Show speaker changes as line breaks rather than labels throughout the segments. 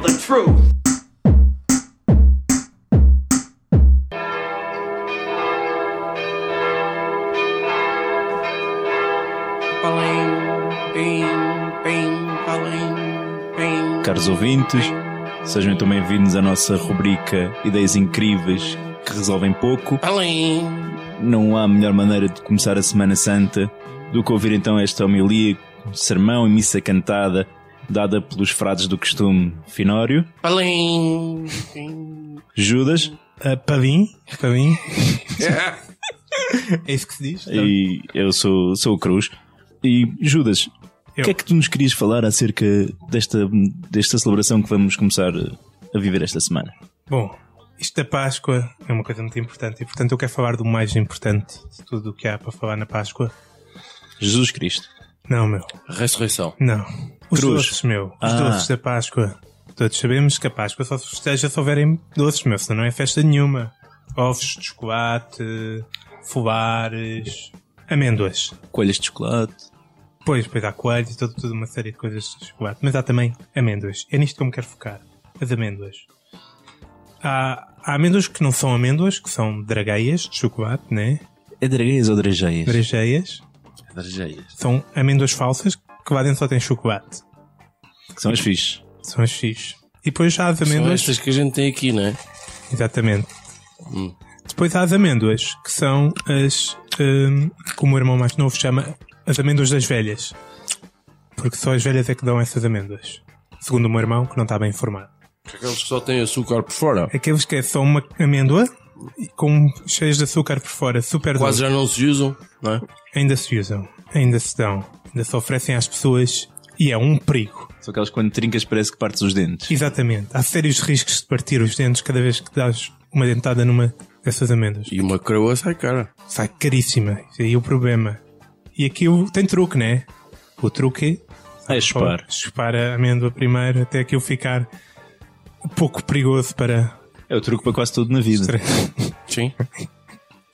the truth.
Caros ouvintes, sejam também bem-vindos à nossa rubrica Ideias Incríveis que resolvem pouco. Não há melhor maneira de começar a Semana Santa do que ouvir então esta homilia, sermão e missa cantada dada pelos frades do costume Finório, Judas
Uh, Pavim, Pavim. é isso que se diz?
e eu sou, sou o Cruz. E Judas, o
Eu.
que é que tu nos querias falar acerca desta, desta celebração que vamos começar a viver esta semana?
Bom, isto da Páscoa é uma coisa muito importante e, portanto, eu quero falar do mais importante de tudo o que há para falar na Páscoa.
Jesus Cristo.
Não, meu.
Ressurreição.
Não. Os
Cruz.
doces, meu. Os
Ah.
doces da Páscoa. Todos sabemos que a Páscoa só se festeja se houverem doces, meu. Senão não é festa nenhuma. Ovos de chocolate, folares, amêndoas.
Coelhas de chocolate.
Pois, pois há coelhos e toda, toda uma série de coisas de chocolate. Mas há também amêndoas. É nisto que eu me quero focar. As amêndoas. Há, há amêndoas que não são amêndoas, que são dragueias de chocolate, né?
É dragueias ou drageias?
Drageias.
Drageias.
São amêndoas falsas que lá dentro só tem chocolate.
Que são as fixes.
São as fixe. E depois há as
São
amêndoas.
estas que a gente tem aqui, não é?
Exatamente. Depois há as amêndoas, que são as. hum, como o irmão mais novo chama, as amêndoas das velhas. Porque só as velhas é que dão essas amêndoas. Segundo o meu irmão, que não está bem informado.
Aqueles que só têm açúcar por fora.
Aqueles que é só uma amêndoa e com cheias de açúcar por fora, super
Quase já
doce,
não se usam, não é?
ainda se usam, ainda se dão, ainda se oferecem às pessoas e é um perigo.
São aquelas que quando trincas parece que partes os dentes.
Exatamente. Há sérios riscos de partir os dentes cada vez que dás uma dentada numa dessas amêndoas.
E uma coroa sai cara.
sai caríssima. Isso aí é o problema. E aqui o- tem truque, né? O truque
É chupar.
é chupar a amêndoa primeiro até aquilo ficar pouco perigoso para.
É o truque para quase tudo na vida.
Sim.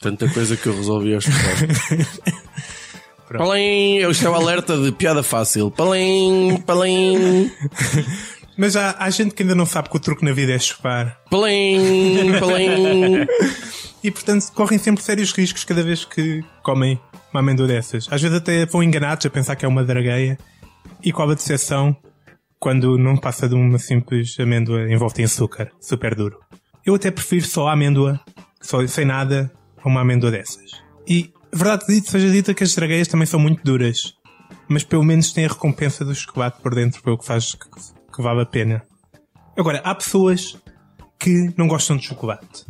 Tanta coisa que eu resolvi aos pais. Palim! Eu estava alerta de piada fácil. Palim! Palim!
Mas há, há gente que ainda não sabe que o truque na vida é chupar.
Palim! Palim!
E portanto correm sempre sérios riscos cada vez que comem uma amêndoa dessas. Às vezes até vão enganados a pensar que é uma dragueia. E qual a decepção quando não passa de uma simples amêndoa envolta em açúcar, super duro. Eu até prefiro só a amêndoa, só, sem nada, a uma amêndoa dessas. E, verdade dito, seja dita que as dragueias também são muito duras, mas pelo menos têm a recompensa do chocolate por dentro, pelo que faz que, que vale a pena. Agora, há pessoas que não gostam de chocolate.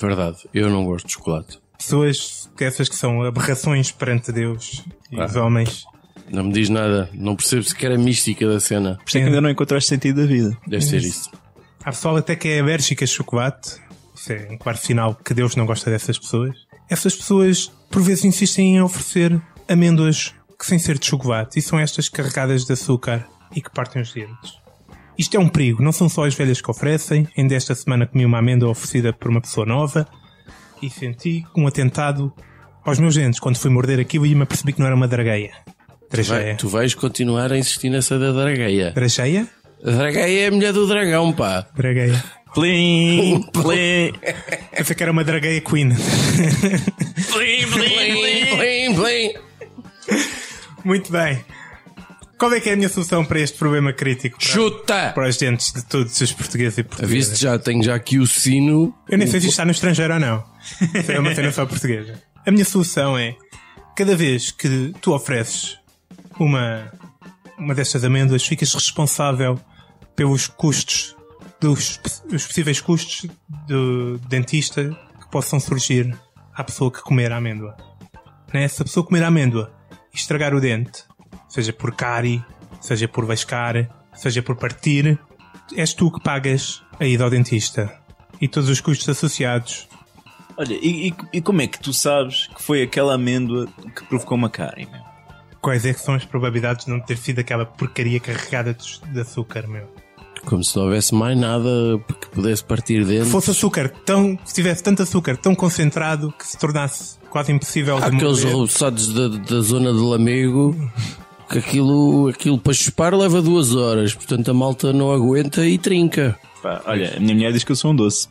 Verdade, eu não gosto de chocolate.
Pessoas que essas que são aberrações perante Deus e
Ah.
os homens.
Não me diz nada. Não percebo sequer a mística da cena.
Por isso é que ainda não encontraste sentido da vida.
Deve ser isso.
Há pessoal até que é alérgica a chocolate. Isso é um claro sinal que Deus não gosta dessas pessoas. Essas pessoas, por vezes, insistem em oferecer amêndoas que sem ser de chocolate. E são estas carregadas de açúcar e que partem os dentes. Isto é um perigo. Não são só as velhas que oferecem. Ainda esta semana comi uma amêndoa oferecida por uma pessoa nova e senti um atentado aos meus dentes quando fui morder aquilo e me apercebi que não era uma dragueia.
Vai-
Drageia.
tu vais continuar a insistir nessa da dragueia.
Drageia?
A dragueia é a mulher do dragão, pá.
Dragueia.
Plim, plim.
Essa que era uma dragueia queen.
Blim, blim, blim.
Muito bem. Qual é que é a minha solução para este problema crítico? Para,
Chuta!
para os dentes de todos os portugueses e
Aviste
portuguesas.
já, tenho já aqui o sino.
Eu nem sei se isto está no estrangeiro ou não. Isso é uma cena só portuguesa. A minha solução é, cada vez que tu ofereces uma, uma destas amêndoas, ficas responsável pelos custos, dos os possíveis custos do dentista que possam surgir à pessoa que comer a amêndoa. né? Se a pessoa comer a amêndoa e estragar o dente, seja por cárie, seja por vascar, seja por partir, és tu que pagas a ida ao dentista e todos os custos associados.
Olha, e, e- e como é que tu sabes que foi aquela amêndoa que provocou uma cárie, meu?
Quais é que são as probabilidades de não ter sido aquela porcaria carregada de de açúcar, meu?
Como se não houvesse mais nada que pudesse partir
Se
dentro.
fosse açúcar tão. Se tivesse tanto açúcar tão concentrado que se tornasse quase impossível
Há
de
aqueles
morder.
roçados da, da zona do Lamego Porque aquilo, aquilo para chupar leva duas horas, portanto a malta não aguenta e trinca.
Pá, olha, a minha mulher diz que eu sou um doce.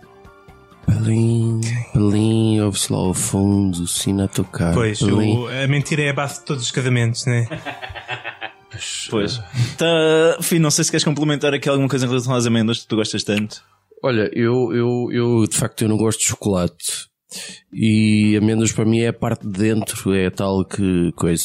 Pelim, pelim, ouve-se lá ao fundo, o sino a tocar.
Pois,
pelim.
o- a mentira é a base de todos os casamentos, né?
Pois. Tá, Fih, não sei se queres complementar aqui alguma coisa em relação às amêndoas que tu gostas tanto.
Olha, eu, eu, eu de facto eu não gosto de chocolate. E amêndoas para mim é a parte de dentro, é a tal que coisa.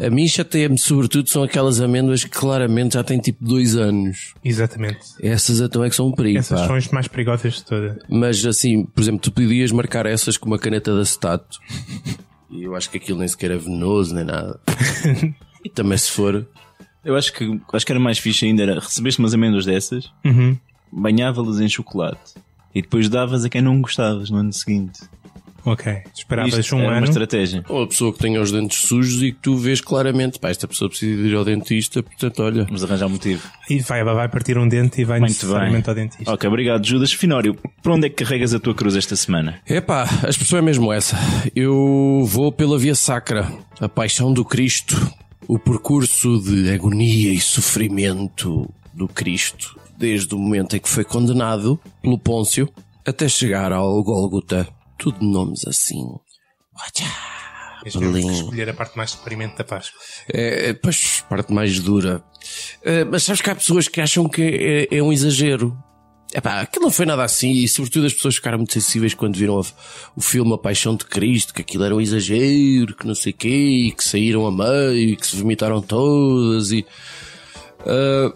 A mim chateia-me sobretudo são aquelas amêndoas que claramente já têm tipo dois anos.
Exatamente.
Essas então é que são um perigo.
Essas
pá.
são as mais perigosas de todas.
Mas assim, por exemplo, tu podias marcar essas com uma caneta de acetato. E eu acho que aquilo nem sequer é venoso nem nada. E também se for,
Eu acho que, acho que era mais fixe ainda era recebeste umas amêndoas dessas,
Uhum.
banhava-las em chocolate e depois davas a quem não gostavas no ano seguinte.
Ok. Esperavas
Isto é,
um
era
ano.
uma estratégia.
ou a pessoa que tenha os dentes sujos e que tu vês claramente, pá, esta pessoa precisa de ir ao dentista, portanto, olha.
Vamos arranjar um motivo.
E vai, vai partir um dente e vai
Muito bem.
necessariamente ao dentista.
Ok, obrigado, Judas. Finório, para onde é que carregas a tua cruz esta semana?
Epá, a expressão é mesmo essa. Eu vou pela via sacra, a paixão do Cristo, o percurso de agonia e sofrimento do Cristo, desde o momento em que foi condenado pelo Pôncio até chegar ao Gólgota. Tudo nomes assim.
Tens mesmo que
Lindo.
escolher a parte mais deprimente da Páscoa.
É, é, pois, parte mais dura. É, mas sabes que há pessoas que acham que é, é um exagero. Epá, aquilo não foi nada assim e sobretudo as pessoas ficaram muito sensíveis quando viram a- o filme A Paixão de Cristo, que aquilo era um exagero, que não sei quê, e que saíram a meio, e que se vomitaram todas e... Ah,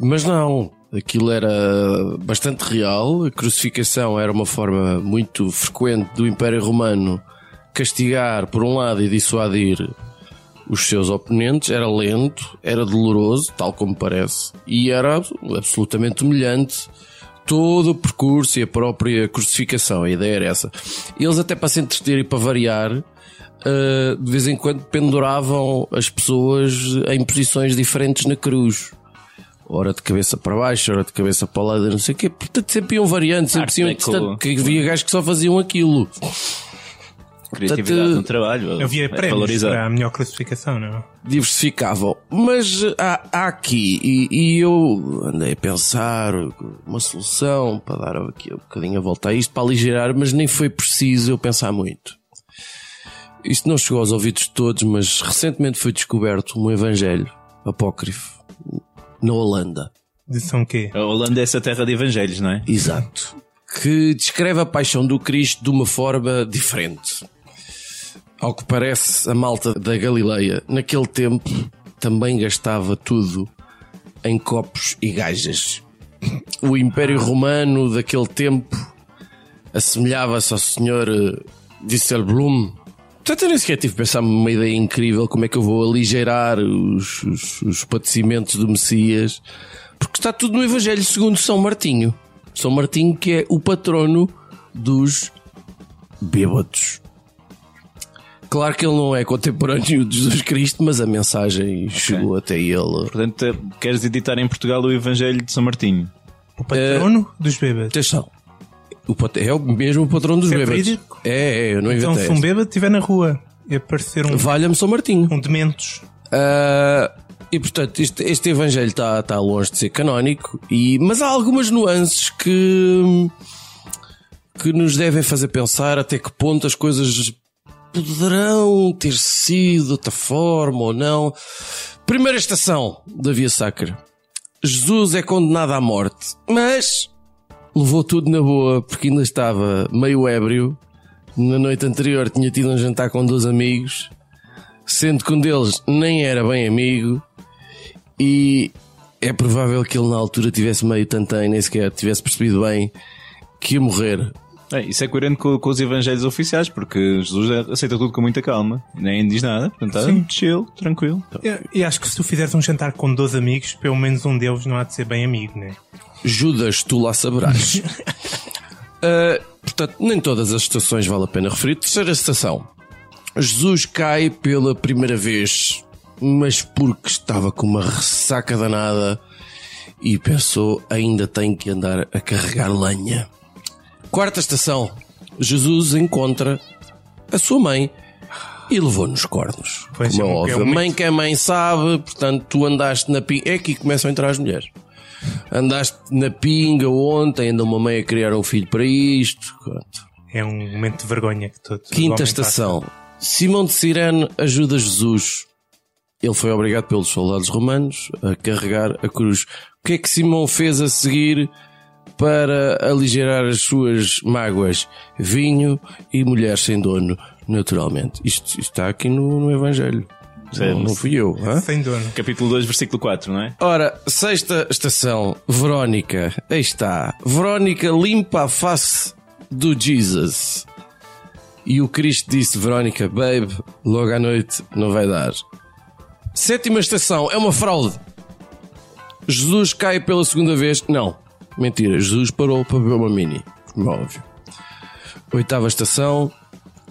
mas não, aquilo era bastante real, a crucificação era uma forma muito frequente do Império Romano castigar por um lado e dissuadir os seus oponentes, era lento, era doloroso, tal como parece, e era abs- absolutamente humilhante todo o percurso e a própria crucificação. A ideia era essa. Eles, até para se entreter e para variar, ah, de vez em quando penduravam as pessoas em posições diferentes na cruz. Ora de cabeça para baixo, ora de cabeça para lá, não sei o quê. Portanto, sempre iam variando, sempre
Art
iam
Deco.
entretanto, que havia gajos que só faziam aquilo.
Criatividade no trabalho.
Havia
é
prémios
valorizado.
para a melhor classificação, não? é?
diversificavam. Mas eh, há, há aqui, e, e eu andei a pensar uma solução para dar aqui um bocadinho a volta a isto, para aligerar, mas nem foi preciso eu pensar muito. Isto não chegou aos ouvidos de todos, mas recentemente foi descoberto um evangelho apócrifo na Holanda.
De São quê?
A Holanda é essa terra de evangelhos, não é?
Exato. Que descreve a paixão do Cristo de uma forma diferente. Ao que parece, a malta da Galileia, naquele tempo, também gastava tudo em copos e gajas. O Império Romano daquele tempo assemelhava-se ao senhor eh, Disselblum. Portanto, eu nem sequer tive pensar uma ideia incrível como é que eu vou aligeirar os, os, os padecimentos do Messias, porque está tudo no Evangelho segundo São Martinho. São Martinho que é o patrono dos bêbados. Claro que ele não é contemporâneo de Jesus Cristo, mas a mensagem chegou até ele.
Portanto, eh, queres editar em Portugal o Evangelho de São Martinho?
O patrono dos bêbados.
Atenção. O pat- é o mesmo patrão dos
É
bêbados.
verídico?
É, é, eu não
Então,
inventei.
se um bêbado estiver na rua e aparecer um,
Valha-me São Martinho.
um dementos,
Ah, e portanto, este, este evangelho está está longe de ser canónico, e, mas há algumas nuances que, que nos devem fazer pensar até que ponto as coisas poderão ter sido de outra forma ou não. Primeira estação da Via Sacra. Jesus é condenado à morte, mas levou tudo na boa porque ainda estava meio ébrio. Na noite anterior tinha tido um jantar com dois amigos sendo que um deles nem era bem amigo e é provável que ele na altura tivesse meio tantém, nem sequer tivesse percebido bem que ia morrer.
É, isso é coerente com, com os evangelhos oficiais, porque Jesus aceita tudo com muita calma, nem diz nada, portanto,
Sim.
está chill, tranquilo.
E, e acho que se tu fizeres um jantar com 12 amigos, pelo menos um deles não há de ser bem amigo, né?
Judas, tu lá saberás. Ah, portanto, nem todas as estações vale a pena referir. Terceira estação. Jesus cai pela primeira vez, mas porque estava com uma ressaca danada e pensou ainda tenho que andar a carregar lenha. Quarta estação. Jesus encontra a sua mãe E levou nos cornos.
Pois,
como
é
é
um- é
óbvio.
um
mãe que a mãe sabe, portanto, tu andaste na pinga. É aqui que começam a entrar as mulheres. Andaste na pinga ontem, ainda uma mãe a criar um filho para isto. Pronto.
É um momento de vergonha que todo. todo homem
Quinta
passa.
estação. Simão de Cirene ajuda Jesus. Ele foi obrigado pelos soldados romanos a carregar a cruz. O que é que Simão fez a seguir para aligerar as suas mágoas? Vinho e mulher sem dono, naturalmente. Isto, isto está aqui no, no Evangelho. Não, não fui eu. hã?
Sem dono.
Capítulo 2, versículo 4, não é?
Ora, sexta estação, Verónica. Aí está. Verónica limpa a face do Jesus. E o Cristo disse, Verónica, babe, logo à noite não vai dar. Sétima estação, é uma fraude. Jesus cai pela segunda vez. Não, mentira, Jesus parou para beber uma mini, como é óbvio. Oitava estação,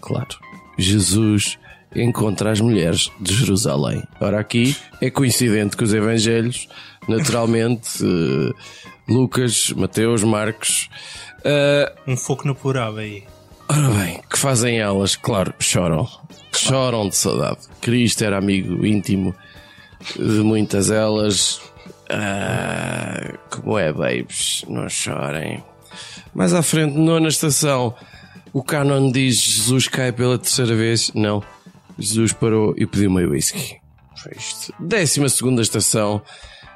claro, Jesus encontra as mulheres de Jerusalém. Ora, aqui é coincidente que os evangelhos, naturalmente, eh, Lucas, Mateus, Marcos, eh,
Um foco no plural aí.
Ora bem, que fazem elas? Claro, choram. Choram de saudade. Cristo era amigo íntimo de muitas elas. Ah, como é, babes? Não chorem. Mais à frente, nona estação, o canon diz Jesus cai pela terceira vez. Não. Jesus parou e pediu meio whisky. Foi isto. Décima segunda estação,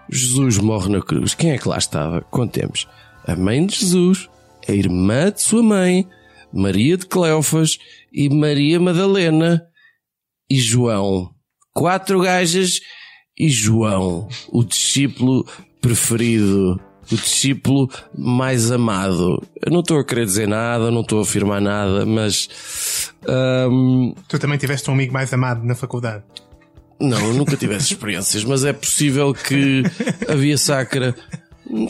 Jesus morre na cruz. Quem é que lá estava? Contemos. A mãe de Jesus, a irmã de sua mãe, Maria de Cleofas e Maria Madalena e João. Quatro gajas e João, o discípulo preferido, o discípulo mais amado. Eu não estou a querer dizer nada, não estou a afirmar nada, mas. hum,
Tu também tiveste um amigo mais amado na faculdade.
não, eu nunca tive essas experiências, mas é possível que a Via Sacra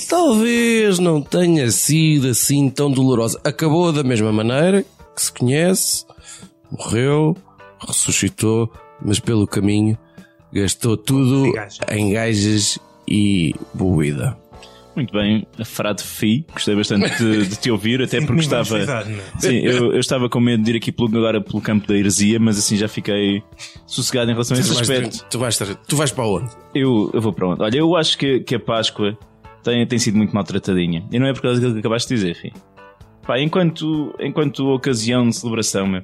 talvez não tenha sido assim tão dolorosa. Acabou da mesma maneira que se conhece, morreu, ressuscitou, mas pelo caminho gastou tudo
Em gajas.
em gajas e bebida.
Muito bem, frade Fi, gostei bastante de, de te ouvir, até É porque
Cinco minutos de
estava.
idade, não é?
Sim, eu, eu estava com medo de ir aqui pelo, agora pelo campo da heresia, mas assim já fiquei sossegado em relação a esse
Tu vais,
aspecto.
ter- tu, vais, ter- tu vais para onde?
Eu, eu vou para onde? Olha, eu acho que, que a Páscoa tem, tem sido muito maltratadinha. E não é por causa daquilo que acabaste de dizer, filho. Pá, enquanto, enquanto ocasião de celebração, meu.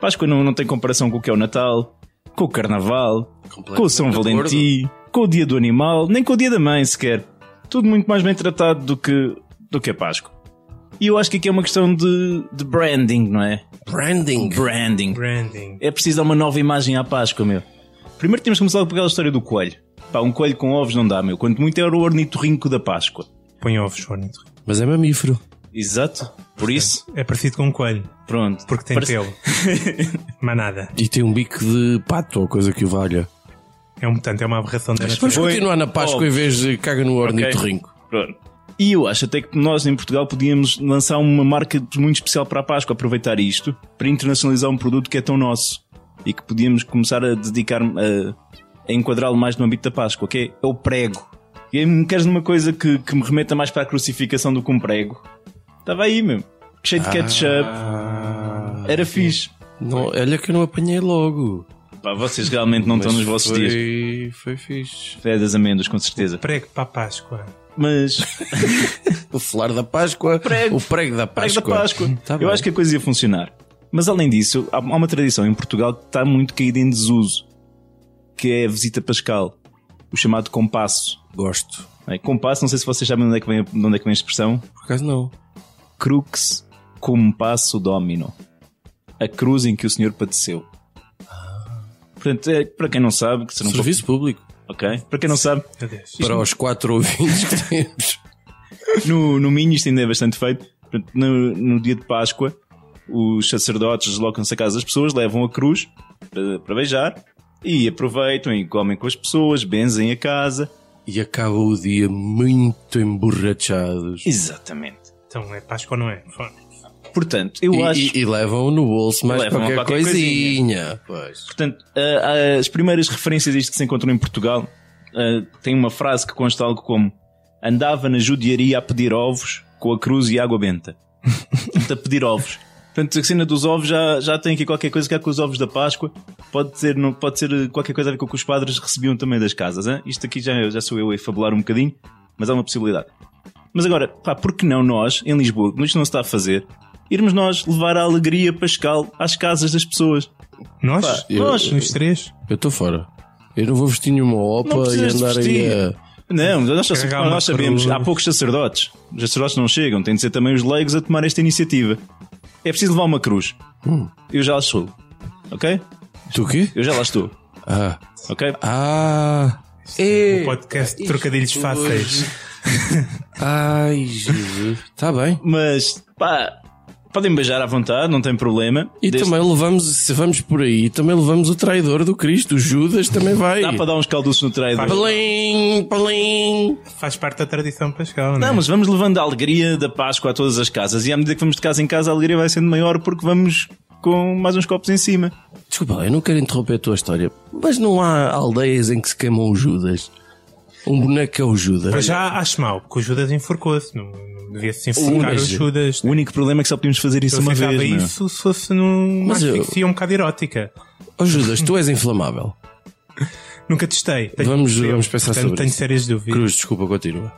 Páscoa não, não tem comparação com o que é o Natal, com o Carnaval, com o São
Completamente de
Valentim, com o Dia do Animal, nem com o Dia da Mãe sequer. Tudo muito mais bem tratado do que, do que a Páscoa. E eu acho que aqui é uma questão de, de branding, não é?
Branding.
Branding
Branding.
é preciso dar uma nova imagem à Páscoa, meu. Primeiro temos começado por aquela história do coelho. Pá, um coelho com ovos não dá, meu. Quanto muito era o ornitorrinco da Páscoa.
Põe ovos, Fornito.
Mas é mamífero.
Exato. Por isso,
É parecido com um coelho,
pronto.
porque tem
Parece-
pelo. Manada.
E tem um bico de pato ou coisa que o valha.
É um mutante, é uma aberração da
Vamos
natureza.
Foi-
continuar na Páscoa
Oh.
em vez de caga no ornitorrinco.
Pronto. E eu acho até que nós em Portugal podíamos lançar uma marca muito especial para a Páscoa, aproveitar isto, para internacionalizar um produto que é tão nosso e que podíamos começar a dedicar a, a enquadrá-lo mais no âmbito da Páscoa, que é, é o prego. E aí, me queres uma coisa que, que me remeta mais para a crucificação do que um prego? Estava aí mesmo, cheio de ketchup,
Ah,
era fixe.
Não, olha que eu não apanhei logo.
Pá, vocês realmente não estão nos vossos
foi,
dias.
Foi fixe.
É das amêndoas, com certeza.
Prego para a Páscoa.
Mas
O falar da Páscoa.
Prego.
O prego da
Praia da
Páscoa.
Páscoa.
Tá
eu
bem.
acho que a coisa ia funcionar. Mas além disso, há há uma tradição em Portugal que está muito caída em desuso, que é a visita pascal, o chamado compasso.
Gosto.
não é? Compasso, não sei se vocês sabem de onde é que vem, a- de onde é que vem a expressão.
Por acaso não.
Crux cum passo domino. A cruz em que o Senhor padeceu.
Ah.
Portanto, é, para quem não sabe, que se não
Serviço público.
ok? Para quem não sabe,
Meu Deus.
Para os quatro ouvintes que temos.
no, no Minho isto ainda é bastante feito. Portanto, No, no dia de Páscoa, os sacerdotes deslocam-se a casa das pessoas, levam a cruz para, para beijar e aproveitam e comem com as pessoas, benzem a casa.
E acaba o dia muito emborrachados. E,
Exatamente.
Então, é Páscoa ou não é? Fornito.
Portanto, eu acho.
e- e levam no bolso mais
Levam
qualquer,
qualquer
coisinha. Pois.
Portanto, ah, as primeiras referências a isto que se encontram em Portugal ah, tem uma frase que consta algo como: Andava na judiaria a pedir ovos com a cruz e a água benta. Portanto, a pedir ovos. Portanto, a cena dos ovos já, já tem aqui qualquer coisa que há com os ovos da Páscoa. Pode ser, não, pode ser eh, qualquer coisa a ver com o que os padres recebiam também das casas. Hein? Isto aqui já, já sou eu a fabular um bocadinho, mas há uma possibilidade. Mas agora, pá, por que não nós, em Lisboa, como isto não se está a fazer, irmos nós levar a alegria pascal às casas das pessoas?
Nós?
Pá,
Eu-
nós?
Os três?
Eu estou fora. Eu não vou vestir nenhuma
Não
opa e
precisas de
andar aí
vestir.
a.
Não, nós, já-
Carregar
nós
uma
sabemos,
cruz.
há poucos sacerdotes. Os sacerdotes não chegam, têm de ser também os leigos a tomar esta iniciativa. É preciso levar uma cruz.
Hum.
Eu já lá estou. Ok?
Tu o quê?
Eu já lá estou.
Ah.
Ok?
Ah.
Um
É.
podcast de trocadilhos
Isto
fáceis.
hoje. Ai, Jesus. Está bem.
Mas, pá, podem beijar à vontade, não tem problema.
E
Desde-
também levamos, se vamos por aí, também levamos o traidor do Cristo, o Judas também vai.
Dá para dar uns caldos no traidor.
Palim, palim.
Faz parte da tradição pascal, não é?
Não, mas vamos levando a alegria da Páscoa a todas as casas. E à medida que vamos de casa em casa, a alegria vai sendo maior porque vamos com mais uns copos em cima.
Desculpa, lá, eu não quero interromper a tua história, mas não há aldeias em que se queimam o Judas. Um boneco é o
Mas
Judas.
já acho mal, porque o Judas enforcou-se. Não, não devia-se enforcar
Mas-
o Judas.
O único problema é que só podíamos fazer isso
Eu
uma
aceitava
vez. não é?
isso se fosse numa
Mas eu-
asfixia um bocado erótica.
Ó Oh, Judas, tu és inflamável.
Nunca testei. Tenho-
Vamos, vamos pensar
Portanto,
sobre
tenho
isso.
sérias dúvidas.
Cruz, desculpa, continua.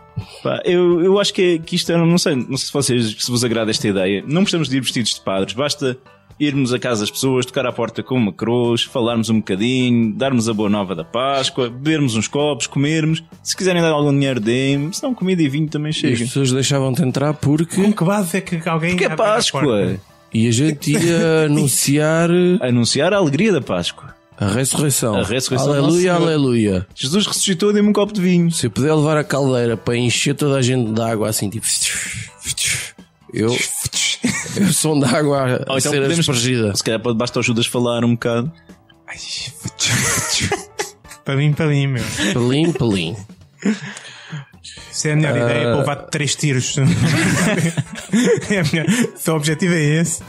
Pá, eu, eu acho que, é- que isto é, não sei, não sei se, vocês, se vos agrada esta ideia. Não precisamos de ir vestidos de padres, basta irmos à casa das pessoas, tocar à porta com uma cruz, falarmos um bocadinho, darmos a boa nova da Páscoa, bebermos uns copos, comermos. Se quiserem dar algum dinheiro, deem-me. Se não, comida e vinho
E
também
as
chega.
pessoas deixavam-te entrar
Com
porque.
que base é que alguém.
Que é
abre a porta?
Páscoa!
E a gente ia anunciar
Anunciar a alegria da Páscoa.
a ressurreição.
A ressurreição do Nosso
Aleluia,
Senhor.
aleluia.
Jesus ressuscitou, dê-me um copo de vinho.
Se eu puder levar a caldeira para encher toda a gente de água assim, tipo. Eu. Eu som de água a
Ou então
ser
podemos-
aspergida.
Se calhar pode- basta o Judas falar um bocado.
Ai, para mim, para mim, meu.
Pelim, pelim.
Isso é a melhor ideia. Pô, vá três tiros. é a melhor. Se o objetivo é esse.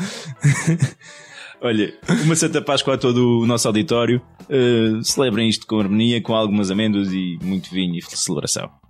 Olha, uma Santa Páscoa a todo o nosso Eh, auditório. Uh, celebrem isto com harmonia, com algumas amêndoas e muito vinho e celebração.